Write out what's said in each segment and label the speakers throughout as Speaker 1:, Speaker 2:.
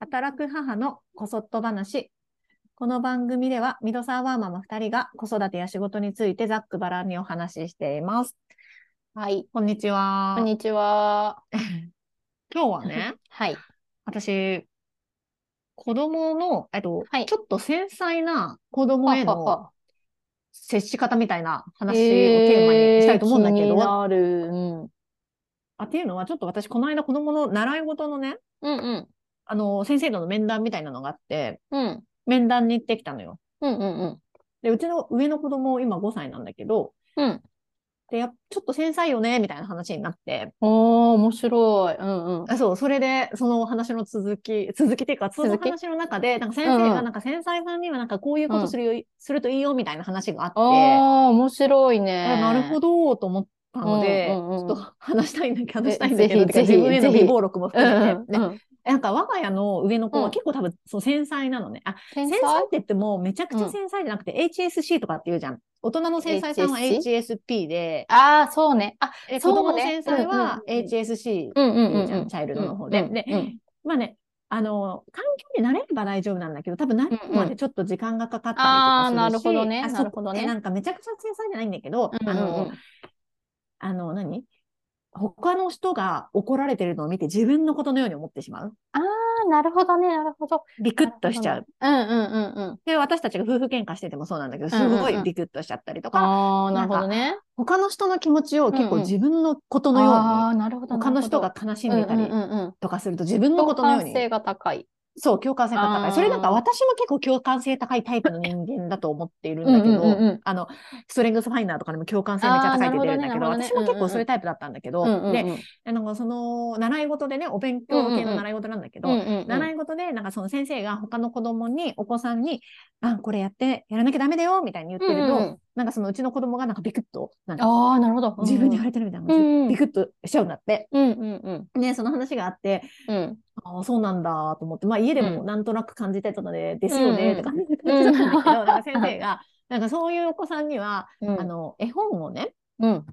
Speaker 1: 働く母のこそっと話。この番組では、ミドサーワーママ2人が子育てや仕事についてざっくばらんにお話ししています。
Speaker 2: はい。
Speaker 1: こんにちは
Speaker 2: こ。んにちは。
Speaker 1: 今日は ね、
Speaker 2: はい。
Speaker 1: 私、子供の、えっと、
Speaker 2: はい
Speaker 1: ちょっと繊細な子供へ
Speaker 2: はは
Speaker 1: の
Speaker 2: は
Speaker 1: 接し方みたいな話を
Speaker 2: え
Speaker 1: テーマにしたいと思うんだけ
Speaker 2: ー気
Speaker 1: ど、
Speaker 2: になる。うん。
Speaker 1: あっていうのは、ちょっと私、この間子供の習い事のね、
Speaker 2: うんうん。
Speaker 1: あの、先生との面談みたいなのがあって、
Speaker 2: うん。
Speaker 1: 面談に行ってきたのよ。
Speaker 2: うんうんうん。
Speaker 1: で、うちの上の子供、今5歳なんだけど、
Speaker 2: うん。
Speaker 1: で、やっちょっと繊細よね、みたいな話になって、
Speaker 2: おー、面白い。うんうん。
Speaker 1: あそう、それで、そのお話の続き、続きっていうか、その
Speaker 2: 続き
Speaker 1: 話の中で、なんか先
Speaker 2: う
Speaker 1: 生
Speaker 2: んう
Speaker 1: が、
Speaker 2: ん
Speaker 1: なんか繊細さんには、なんかこういうこ
Speaker 2: う
Speaker 1: と
Speaker 2: ん
Speaker 1: するよ、するといいよ、みたいな話があって、あ
Speaker 2: あー、面白いね。
Speaker 1: なるほ
Speaker 2: ど。
Speaker 1: ど、と思ったので、
Speaker 2: うんうんうん
Speaker 1: ちょっと話したい んだけど、話したいんだ
Speaker 2: ぜ
Speaker 1: けど、
Speaker 2: ぜ
Speaker 1: てか
Speaker 2: ひ
Speaker 1: 自分への
Speaker 2: ぜひ
Speaker 1: 微暴録も
Speaker 2: うん
Speaker 1: 含めて、
Speaker 2: うん
Speaker 1: ね
Speaker 2: うん。
Speaker 1: なんか我が家の上の子
Speaker 2: う
Speaker 1: は
Speaker 2: ん
Speaker 1: 結構多分、そう繊細なのね。あ、
Speaker 2: 繊
Speaker 1: 繊
Speaker 2: 細
Speaker 1: 細って言っても、めちゃくち
Speaker 2: う
Speaker 1: ゃ
Speaker 2: ん
Speaker 1: 繊細じゃなくて、HSC とかって言うじゃん。大人の繊細さんは HSP で、
Speaker 2: あー、そうね。あ、
Speaker 1: で
Speaker 2: そ
Speaker 1: 子
Speaker 2: うね
Speaker 1: 供の繊細は
Speaker 2: うんうんうん
Speaker 1: HSC
Speaker 2: うんうん
Speaker 1: 言
Speaker 2: う
Speaker 1: うんじ
Speaker 2: う
Speaker 1: ゃ
Speaker 2: ん。
Speaker 1: ん、チャイルドの方で。
Speaker 2: うん
Speaker 1: で
Speaker 2: うん、
Speaker 1: まあね、あの、環境に慣れれば大丈夫なんだけど、多分慣れるまでちょっと時間がかかったりとか
Speaker 2: あ
Speaker 1: する
Speaker 2: ー
Speaker 1: し、
Speaker 2: なるほどね
Speaker 1: あ
Speaker 2: なるほどね
Speaker 1: そうえなんかめちゃくちゃ繊細じゃないんだけど、
Speaker 2: うん
Speaker 1: あ
Speaker 2: うんう
Speaker 1: の
Speaker 2: ん、
Speaker 1: あの、何他の人が怒られてるのを見て自分のことのように思ってしまう。
Speaker 2: あー、なるほどね。なるほど。
Speaker 1: ビクッとしちゃう。
Speaker 2: うんうんうんうん。
Speaker 1: で、私たちが夫婦喧嘩しててもそうなんだけど、すごいビクッとしちゃったりとか、
Speaker 2: あー、なるほどね。
Speaker 1: 他の人の気持ちを結
Speaker 2: うん
Speaker 1: 構
Speaker 2: うん
Speaker 1: 自分のことのように、
Speaker 2: あー、なるほど。
Speaker 1: 他の人
Speaker 2: なる
Speaker 1: が悲し
Speaker 2: ほ
Speaker 1: ん
Speaker 2: ど
Speaker 1: でたり
Speaker 2: うんうんうんうん。
Speaker 1: とかすると自分のこ
Speaker 2: 共
Speaker 1: とのよう
Speaker 2: 感
Speaker 1: に、
Speaker 2: 性が高い。
Speaker 1: そう、共感性が高
Speaker 2: あー
Speaker 1: い。それなんか私も結構共感性高いタイプの人間だと思っているん
Speaker 2: うん
Speaker 1: だ
Speaker 2: う
Speaker 1: け
Speaker 2: ん
Speaker 1: ど、
Speaker 2: うんうん。
Speaker 1: あの、ストレングスファインダーとかにも共感性めっちゃ高いって出るんだけど、
Speaker 2: あーなるほどね
Speaker 1: 私も結
Speaker 2: なるほどねうんうんう
Speaker 1: 構
Speaker 2: ん
Speaker 1: そういうタイプだったんだけど、
Speaker 2: うんうんうん
Speaker 1: で、あの、その、習い事でね、お勉強系の習い事なんだけど、
Speaker 2: うんうんうん
Speaker 1: 習い事で、なんかその先生が他の子供に、お子さんに、あ、これやって、やらなきゃダメだよ、みたいに言ってると、
Speaker 2: うんうん
Speaker 1: なんかそのうちの子供がなんかビクッと、なんか
Speaker 2: ああ、なるほど。
Speaker 1: 自分に言われてるみたいな感じで、
Speaker 2: うん
Speaker 1: ビクッとしちゃうんだって。
Speaker 2: うんうんうん
Speaker 1: ね、その話があって、
Speaker 2: うん。
Speaker 1: ああ、そうなんだと思って、まあ家でも
Speaker 2: うん
Speaker 1: なんとなく感じてたので、ですよね、
Speaker 2: うんうん
Speaker 1: とか感じ だったんだけど、
Speaker 2: うん
Speaker 1: なんか先生が、なんかそういうお子さんには、
Speaker 2: うん。
Speaker 1: あの、絵本をね、
Speaker 2: うん。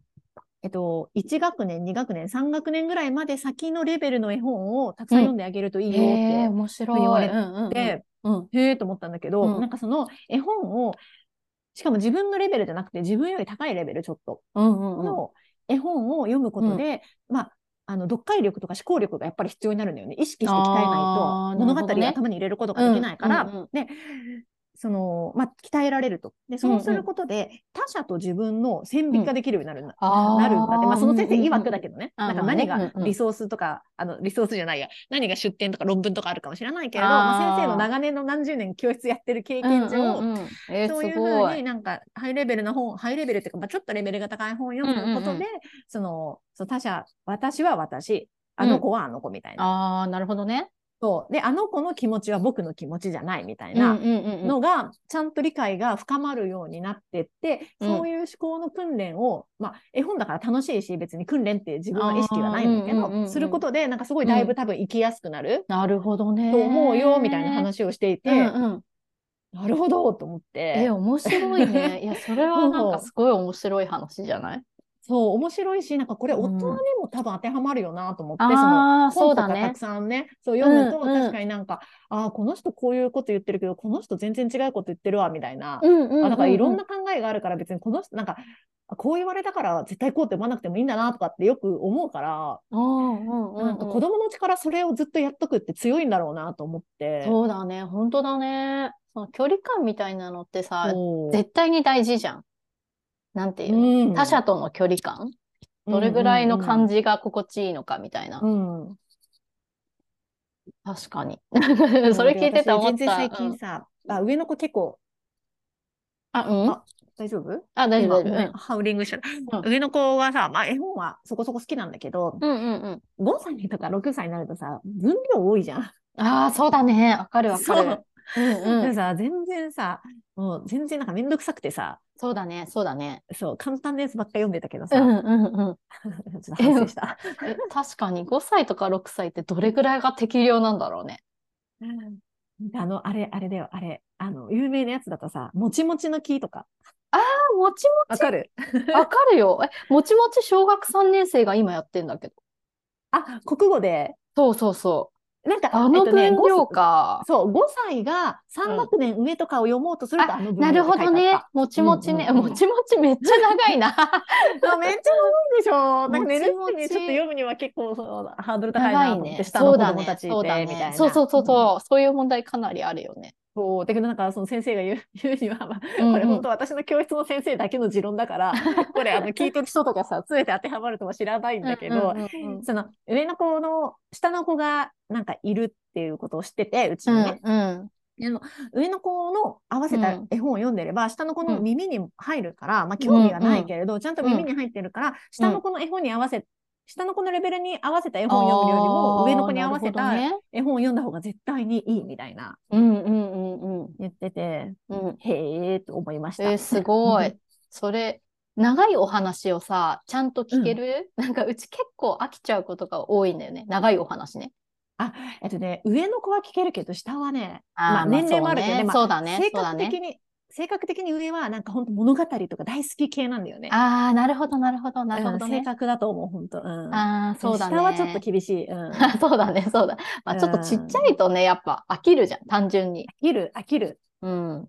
Speaker 1: えっと、1学年、2学年、3学年ぐらいまで先のレベルの絵本をたくさん読んであげるといいよ
Speaker 2: へえ、
Speaker 1: っ
Speaker 2: 面白い。
Speaker 1: 言われ
Speaker 2: うんうん
Speaker 1: て、で、
Speaker 2: うん。
Speaker 1: へえと思ったんだけど、
Speaker 2: うん
Speaker 1: なんかその絵本を、しかも自分のレベルじゃなくて、自分より高いレベルちょっと
Speaker 2: うんうんうん。
Speaker 1: の絵本を読むことで、まあ、あの読解力とか思考力がやっぱり必要になるんだよね。意識して鍛えない
Speaker 2: あ
Speaker 1: と
Speaker 2: ー
Speaker 1: 物
Speaker 2: な
Speaker 1: 語を
Speaker 2: るほどね
Speaker 1: 頭に入れることができないから、
Speaker 2: うんうんうん
Speaker 1: でそのまあ、鍛えられると。でそうすることで、他者と自分の線引きができるようになるんだ,、
Speaker 2: あー
Speaker 1: なるんだって、まあ、その先生
Speaker 2: うんうんうん
Speaker 1: 曰くだけどね、
Speaker 2: あー
Speaker 1: なんか
Speaker 2: まあね
Speaker 1: 何が
Speaker 2: うんうん
Speaker 1: リソースとか、あのリソースじゃないや何が出典とか論文とかあるかもしれないけれど、
Speaker 2: あー
Speaker 1: まあ、先生の長年の何十年教室やってる経験上、
Speaker 2: うんうんうんえー
Speaker 1: そういうふ
Speaker 2: すご
Speaker 1: うになんかハイレベルな本、ハイレベルっていうか、まあ、ちょっとレベルが高い本を読むことで、
Speaker 2: うんうんうん
Speaker 1: そのその他者、私は私、あの子はあの子みたいな、
Speaker 2: ああ、なるほどね。
Speaker 1: そうで、あの子の気持ちは僕の気持ちじゃないみたい
Speaker 2: うん
Speaker 1: な
Speaker 2: うんうんうん
Speaker 1: のが、ちゃんと理解が深まるようになってって、
Speaker 2: うん
Speaker 1: そういう思考の訓練を、まあ、絵本だから楽しいし、別に訓練って自分は意識はないんだけ
Speaker 2: あーうんうんうん
Speaker 1: ど、
Speaker 2: うん
Speaker 1: することで、なんかすごいだいぶ多分生きやすくなる
Speaker 2: なるほどね。
Speaker 1: と思うよ、みたいな話をしていて、
Speaker 2: うんうん。
Speaker 1: なるほどと思って。
Speaker 2: え、面白いね。いや、それはなんかすごい面白い話じゃない
Speaker 1: そう、面白いし、なんかこれ
Speaker 2: うん
Speaker 1: 大人にも多分当てはまるよなと思って、その
Speaker 2: ああ、そ
Speaker 1: 本と
Speaker 2: う
Speaker 1: か
Speaker 2: だ
Speaker 1: た
Speaker 2: ね
Speaker 1: く。さんね、そう読むと
Speaker 2: うんうん
Speaker 1: 確かになんか、ああ、この人こういうこと言ってるけど、この人全然違うこと言ってるわ、みたいな。
Speaker 2: うんうんうう
Speaker 1: あ、だからいろんな考えがあるから別にこの人、なんか、あこう言われたから絶対こうって思わなくてもいいんだなとかってよく思うから、
Speaker 2: うんうんうんうん
Speaker 1: なんか子供のうちからそれをずっとやっとくって強いんだろうなと思って。
Speaker 2: そうだね。本当だね。その距離感みたいなのってさ、
Speaker 1: そう
Speaker 2: 絶対に大事じゃん。なんていうの
Speaker 1: うん
Speaker 2: 他者との距離感どれぐらいの感
Speaker 1: じ、
Speaker 2: じが心地いいのかみたいな。
Speaker 1: うん
Speaker 2: 確かに。 それ聞いてた
Speaker 1: そう
Speaker 2: 思っ
Speaker 1: で私全然
Speaker 2: た。
Speaker 1: 最近さ、あ、上の子結構
Speaker 2: あ、うん。
Speaker 1: あ大丈夫
Speaker 2: あ、大丈
Speaker 1: 今
Speaker 2: 夫、大丈夫。
Speaker 1: ハウリングしちゃった、
Speaker 2: う
Speaker 1: 上の子はさ、まあ、絵本はそこそこ好きなんだけど、
Speaker 2: うんうんうんうん。
Speaker 1: 5歳とか6歳になるとさ分量多いじゃん。
Speaker 2: ああ、そうだね。わかるわか
Speaker 1: そ
Speaker 2: る
Speaker 1: う。
Speaker 2: うんう
Speaker 1: で
Speaker 2: ん。
Speaker 1: さ全然さもう全然なんかめんどくさくてさ
Speaker 2: そうだね。そうだね。
Speaker 1: そう簡単なやつばっか読んでたけど
Speaker 2: う
Speaker 1: さ、
Speaker 2: んうんうん。
Speaker 1: ちょっと反省した。
Speaker 2: え確かに5歳とか6歳ってどれぐらいが適量なんだろうね。
Speaker 1: あのあれあれだよあれあの有名なやつだとさもちもちの木とか
Speaker 2: あ、もちも
Speaker 1: わかる
Speaker 2: ち。わかるよ。え、もちもち小学3年生が今やってんだけど。
Speaker 1: あ国語で
Speaker 2: そうそうそ
Speaker 1: なんか、
Speaker 2: あの
Speaker 1: えっとね
Speaker 2: 分
Speaker 1: ご
Speaker 2: 量か。
Speaker 1: そう、5歳が3学年上とかを読もうとすると、
Speaker 2: あ
Speaker 1: あの分量
Speaker 2: なるほど
Speaker 1: って書いてあ
Speaker 2: ね
Speaker 1: っ。
Speaker 2: もちもちね。
Speaker 1: うんうんうん
Speaker 2: もちもちめっちゃ長 いな。
Speaker 1: た。あめっちゃ重いでしょ。なんか寝る
Speaker 2: も
Speaker 1: 時
Speaker 2: ちも
Speaker 1: に
Speaker 2: ち
Speaker 1: ちょっと読むには結構そうハードル高い
Speaker 2: 長
Speaker 1: なと
Speaker 2: い
Speaker 1: 思って、
Speaker 2: ね。
Speaker 1: 下の
Speaker 2: そ
Speaker 1: 子
Speaker 2: うだ
Speaker 1: 供
Speaker 2: ね
Speaker 1: たちいて、
Speaker 2: そうだね
Speaker 1: みたいな。
Speaker 2: そうそうそう
Speaker 1: うん
Speaker 2: そう。そういう問題かなりあるよね。
Speaker 1: そう。だけどなんかその先生が言う 言うには、まあ
Speaker 2: うん
Speaker 1: これ
Speaker 2: うん
Speaker 1: 本当私の教室の先生だけの持論だ から、これあの聞いてる人とかさ、全て当てはまるとは知らないんだけど、
Speaker 2: うんうんうん
Speaker 1: その上の子の下の子がなんかいるっていうことを知ってて、うちにね。
Speaker 2: うんうん
Speaker 1: でも上の子の合わせた絵本を読んでれば、下の子の
Speaker 2: うん
Speaker 1: 耳に入るから、まあ興味がないけれど、ちゃんと耳に入ってるから、下の子の絵本に合わせ、下の子のレベルに合わせた絵本を読むよりも、
Speaker 2: あー
Speaker 1: 上の子に合わせ
Speaker 2: な
Speaker 1: た
Speaker 2: るほどね
Speaker 1: 絵本を読んだ方が絶対にいいみたいな
Speaker 2: うんうんうんうん
Speaker 1: 言ってて、
Speaker 2: うん。
Speaker 1: へえーと思いました。
Speaker 2: えーすご
Speaker 1: う
Speaker 2: い
Speaker 1: ん。
Speaker 2: それ、長いお話をさ、ちゃんと聞ける、なんかうち結構飽きちゃうことが多いんだよね。長いお話ね。
Speaker 1: あ、えっとね、上の子は聞けるけど、下はね、
Speaker 2: ー
Speaker 1: まあ年齢もあるけどねまあ
Speaker 2: そうだね。
Speaker 1: 性
Speaker 2: そうだ
Speaker 1: 格
Speaker 2: ね。
Speaker 1: 的に、性格的に上はなんか本当物語とか大好き系なんだよね。
Speaker 2: ああ、なるほど、なるほど、なるほど
Speaker 1: うん性
Speaker 2: ね。
Speaker 1: 格だと思う、本当。うん。
Speaker 2: ああ、そうだね。
Speaker 1: 下はちょっと厳しい。うん。
Speaker 2: そうだね、そうだ。まあ、ちょっとちっちゃいとね、やっぱ飽きるじゃん、単純に。
Speaker 1: 飽きる、飽きる。
Speaker 2: うん。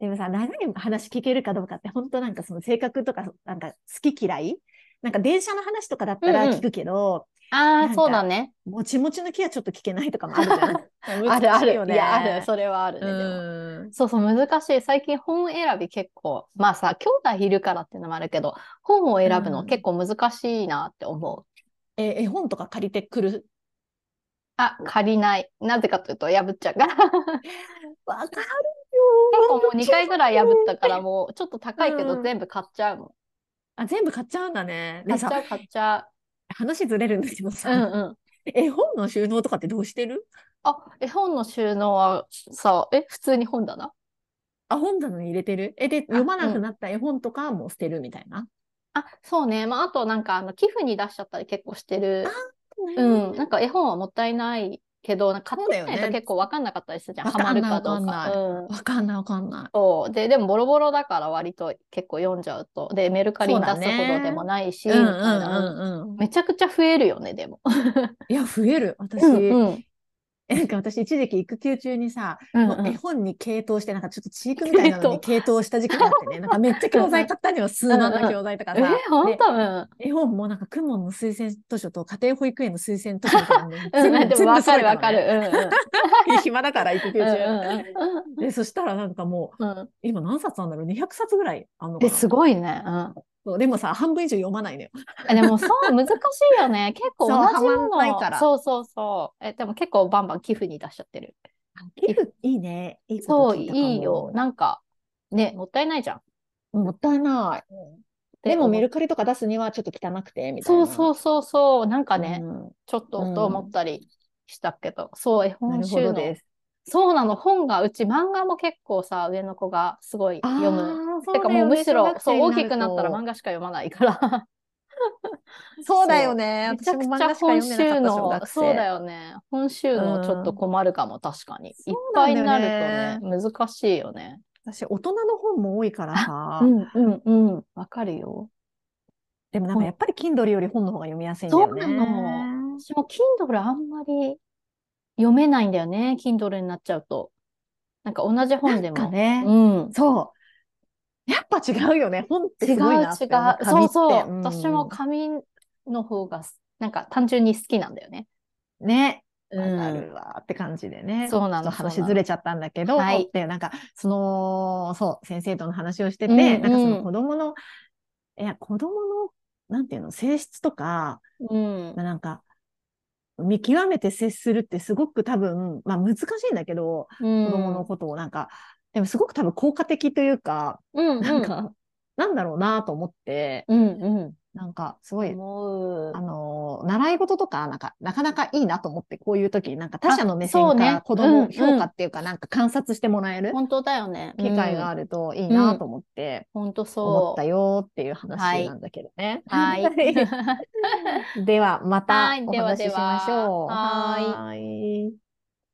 Speaker 1: でもさ、長い話聞けるかどうかって、本当なんかその性格とか、なんか好き嫌いなんか電車の話とかだったら
Speaker 2: うんうん
Speaker 1: 聞くけど、
Speaker 2: あ
Speaker 1: なん
Speaker 2: あ、
Speaker 1: か
Speaker 2: そうだね。
Speaker 1: もちもちの木はちょっと聞けないとかもあるじゃん。
Speaker 2: あるある。
Speaker 1: 難しよね
Speaker 2: いや、ある。それはあるね。でも
Speaker 1: うん。
Speaker 2: そうそう、難しい。最近本選び結構、まあさ、兄弟いるからっていうのもあるけど、本を選ぶ
Speaker 1: う
Speaker 2: の
Speaker 1: ん
Speaker 2: 結構難しいなって思う。
Speaker 1: え、絵本とか借りてくる。
Speaker 2: あ、借りない。なぜかというと、破 っちゃうから。結
Speaker 1: わかるよ。
Speaker 2: 構もう2回ぐらい破ったから、もうちょっと高いけ
Speaker 1: う
Speaker 2: ど
Speaker 1: ん
Speaker 2: 全部買っちゃうも
Speaker 1: あ、全部買っちゃうんだね。
Speaker 2: ん。
Speaker 1: ね
Speaker 2: 買っちゃ
Speaker 1: さ、
Speaker 2: う、買っちゃ
Speaker 1: 話ずれるんだけど
Speaker 2: う。うん
Speaker 1: さ、
Speaker 2: うん。
Speaker 1: 絵本の収納とかってどうしてる
Speaker 2: あ、絵本の収納はさ、え、普通に本棚
Speaker 1: あ、本棚に入れてるえ、で、読まなくなった絵本とかも捨てるみたいな。
Speaker 2: あ、そうね。まあ、あとなんか、あの、寄付に出しちゃったり結構してる。うん。なんか絵本はもったいないけど、なんか買ってみ
Speaker 1: そうだ
Speaker 2: ない
Speaker 1: よね
Speaker 2: と結構わかんなかったりするじゃん。
Speaker 1: わ
Speaker 2: ハ
Speaker 1: か
Speaker 2: マ
Speaker 1: ん
Speaker 2: る
Speaker 1: ない
Speaker 2: かどう
Speaker 1: わか
Speaker 2: か。
Speaker 1: んな
Speaker 2: うん。
Speaker 1: わかんないわかんない。
Speaker 2: そう。で、でもボロボロだから割と結構読んじゃうと。で、メルカリに出すほどでもないし、
Speaker 1: う
Speaker 2: み
Speaker 1: ん
Speaker 2: た
Speaker 1: う
Speaker 2: い
Speaker 1: ん
Speaker 2: な。
Speaker 1: うんうん。
Speaker 2: めちゃくちゃ増えるよね、でも。
Speaker 1: いや、増える。私、
Speaker 2: うん
Speaker 1: なんか私、一時期育休中にさ、
Speaker 2: うん
Speaker 1: 絵本に傾倒して、なんかちょっとチークみたいなのに傾倒した時期があってね、なんかめっちゃ 教材買ったのよ、数万の教材とか
Speaker 2: え、
Speaker 1: さ。
Speaker 2: ほん
Speaker 1: で
Speaker 2: とうん。
Speaker 1: 絵本もなんか、公文の推薦図書と家庭保育園の推薦図書みたいなの
Speaker 2: うん、でもわかるわか。
Speaker 1: 全部全部揃えたのね
Speaker 2: る。うんうん。
Speaker 1: 暇だから、育休
Speaker 2: うん
Speaker 1: 中。
Speaker 2: うん
Speaker 1: で、そしたらなんかもう、
Speaker 2: うんうん。
Speaker 1: 今何冊なんだろう ?200 冊ぐらいあんのか
Speaker 2: え、
Speaker 1: な
Speaker 2: すごいね。うん。
Speaker 1: そうでもさ、半分以上読まないのよ。
Speaker 2: あでもそう、難しいよね。 結構
Speaker 1: そう
Speaker 2: 同じ
Speaker 1: ハマん
Speaker 2: も
Speaker 1: ない
Speaker 2: の
Speaker 1: から
Speaker 2: そうそうそう。え、でも結構バンバン寄付に出しちゃってる。
Speaker 1: 寄付いいね。いいこと
Speaker 2: そう、
Speaker 1: 聞いたかも
Speaker 2: いいよ。なんか、ね、もったいないじゃん。っ
Speaker 1: もったいない。
Speaker 2: て
Speaker 1: でも
Speaker 2: 思
Speaker 1: メルカリとか出すにはちょっと汚くて、みたい
Speaker 2: そ
Speaker 1: な。
Speaker 2: うそうそうそう。なんかね、
Speaker 1: うん
Speaker 2: ちょっとと思ったりしたけど、そう、絵
Speaker 1: な
Speaker 2: 本
Speaker 1: るほど
Speaker 2: 収
Speaker 1: で
Speaker 2: 納。
Speaker 1: す。
Speaker 2: そうなの、本が、うち漫画も結構さ、上の子がすごい読む。
Speaker 1: あーそう
Speaker 2: てかもうむしろ、そう、大きくなったら
Speaker 1: 漫
Speaker 2: 漫画しか読まないから。
Speaker 1: 画。そうだよね。
Speaker 2: めちゃく
Speaker 1: 私も漫
Speaker 2: ち
Speaker 1: 画
Speaker 2: ゃ
Speaker 1: しか
Speaker 2: 本
Speaker 1: 読んでなかった
Speaker 2: 収
Speaker 1: 小
Speaker 2: 納
Speaker 1: 学生。
Speaker 2: そうだよね。本収納ちょっと困るかも、確かに。
Speaker 1: そ
Speaker 2: いっ
Speaker 1: うな
Speaker 2: ぱ
Speaker 1: ん
Speaker 2: い
Speaker 1: だ
Speaker 2: に
Speaker 1: よ
Speaker 2: な
Speaker 1: ね
Speaker 2: るとね、難しいよね。
Speaker 1: 私、大人の本も多いからさ
Speaker 2: う。んうんうん。わかるよ。
Speaker 1: でもなんかやっぱり Kindle より本の方が読みやすいんだよね。
Speaker 2: そうなの私も Kindle あんまり読めないんだよね。Kindle になっちゃうと。なんか同じ本
Speaker 1: な
Speaker 2: で
Speaker 1: んか
Speaker 2: も。
Speaker 1: ね。
Speaker 2: うん。
Speaker 1: そう。やっぱ違うよね。本って
Speaker 2: 違う違
Speaker 1: す
Speaker 2: う
Speaker 1: ごいなって思。紙
Speaker 2: そ
Speaker 1: っ
Speaker 2: う
Speaker 1: て
Speaker 2: そう。
Speaker 1: うん
Speaker 2: 私も紙の方が、なんか単純に好きなんだよね。
Speaker 1: ね。
Speaker 2: うん
Speaker 1: わかるわって感じでね。
Speaker 2: そうなの
Speaker 1: ちょっと
Speaker 2: そう
Speaker 1: 話
Speaker 2: なの
Speaker 1: ずれちゃったんだけど、
Speaker 2: はい
Speaker 1: で、なんか、その、そう、先生との話をしてて、
Speaker 2: うんうん
Speaker 1: なんかその子供の、いや、子供の、なんていうの、性質とか、
Speaker 2: うん。
Speaker 1: まあなんか、見極めて接するってすごく多分、まあ難しいんだけど、
Speaker 2: うん
Speaker 1: 子供のことをなんか、でもすごく多分効果的というか、
Speaker 2: うん
Speaker 1: なんか、なんだろうなと思って、
Speaker 2: うんうん。
Speaker 1: なんか、すごい、
Speaker 2: 思う
Speaker 1: あ。のー、習い事とか、なんか、なかなかいいなと思って、こういう時になんか他者の目
Speaker 2: あそ
Speaker 1: 線
Speaker 2: う
Speaker 1: から
Speaker 2: ね
Speaker 1: 子供
Speaker 2: うん
Speaker 1: 評価っていうか、なんか観察してもらえる
Speaker 2: 本当だよね。
Speaker 1: 機会があ
Speaker 2: る。
Speaker 1: るといいなと思って、
Speaker 2: 本当
Speaker 1: 思っ
Speaker 2: そ
Speaker 1: た
Speaker 2: う。
Speaker 1: よっていう話なんだけどね。
Speaker 2: はい。
Speaker 1: では、また
Speaker 2: はい
Speaker 1: お
Speaker 2: では
Speaker 1: 話し
Speaker 2: で
Speaker 1: し
Speaker 2: は
Speaker 1: ましょう。
Speaker 2: はい
Speaker 1: ーい。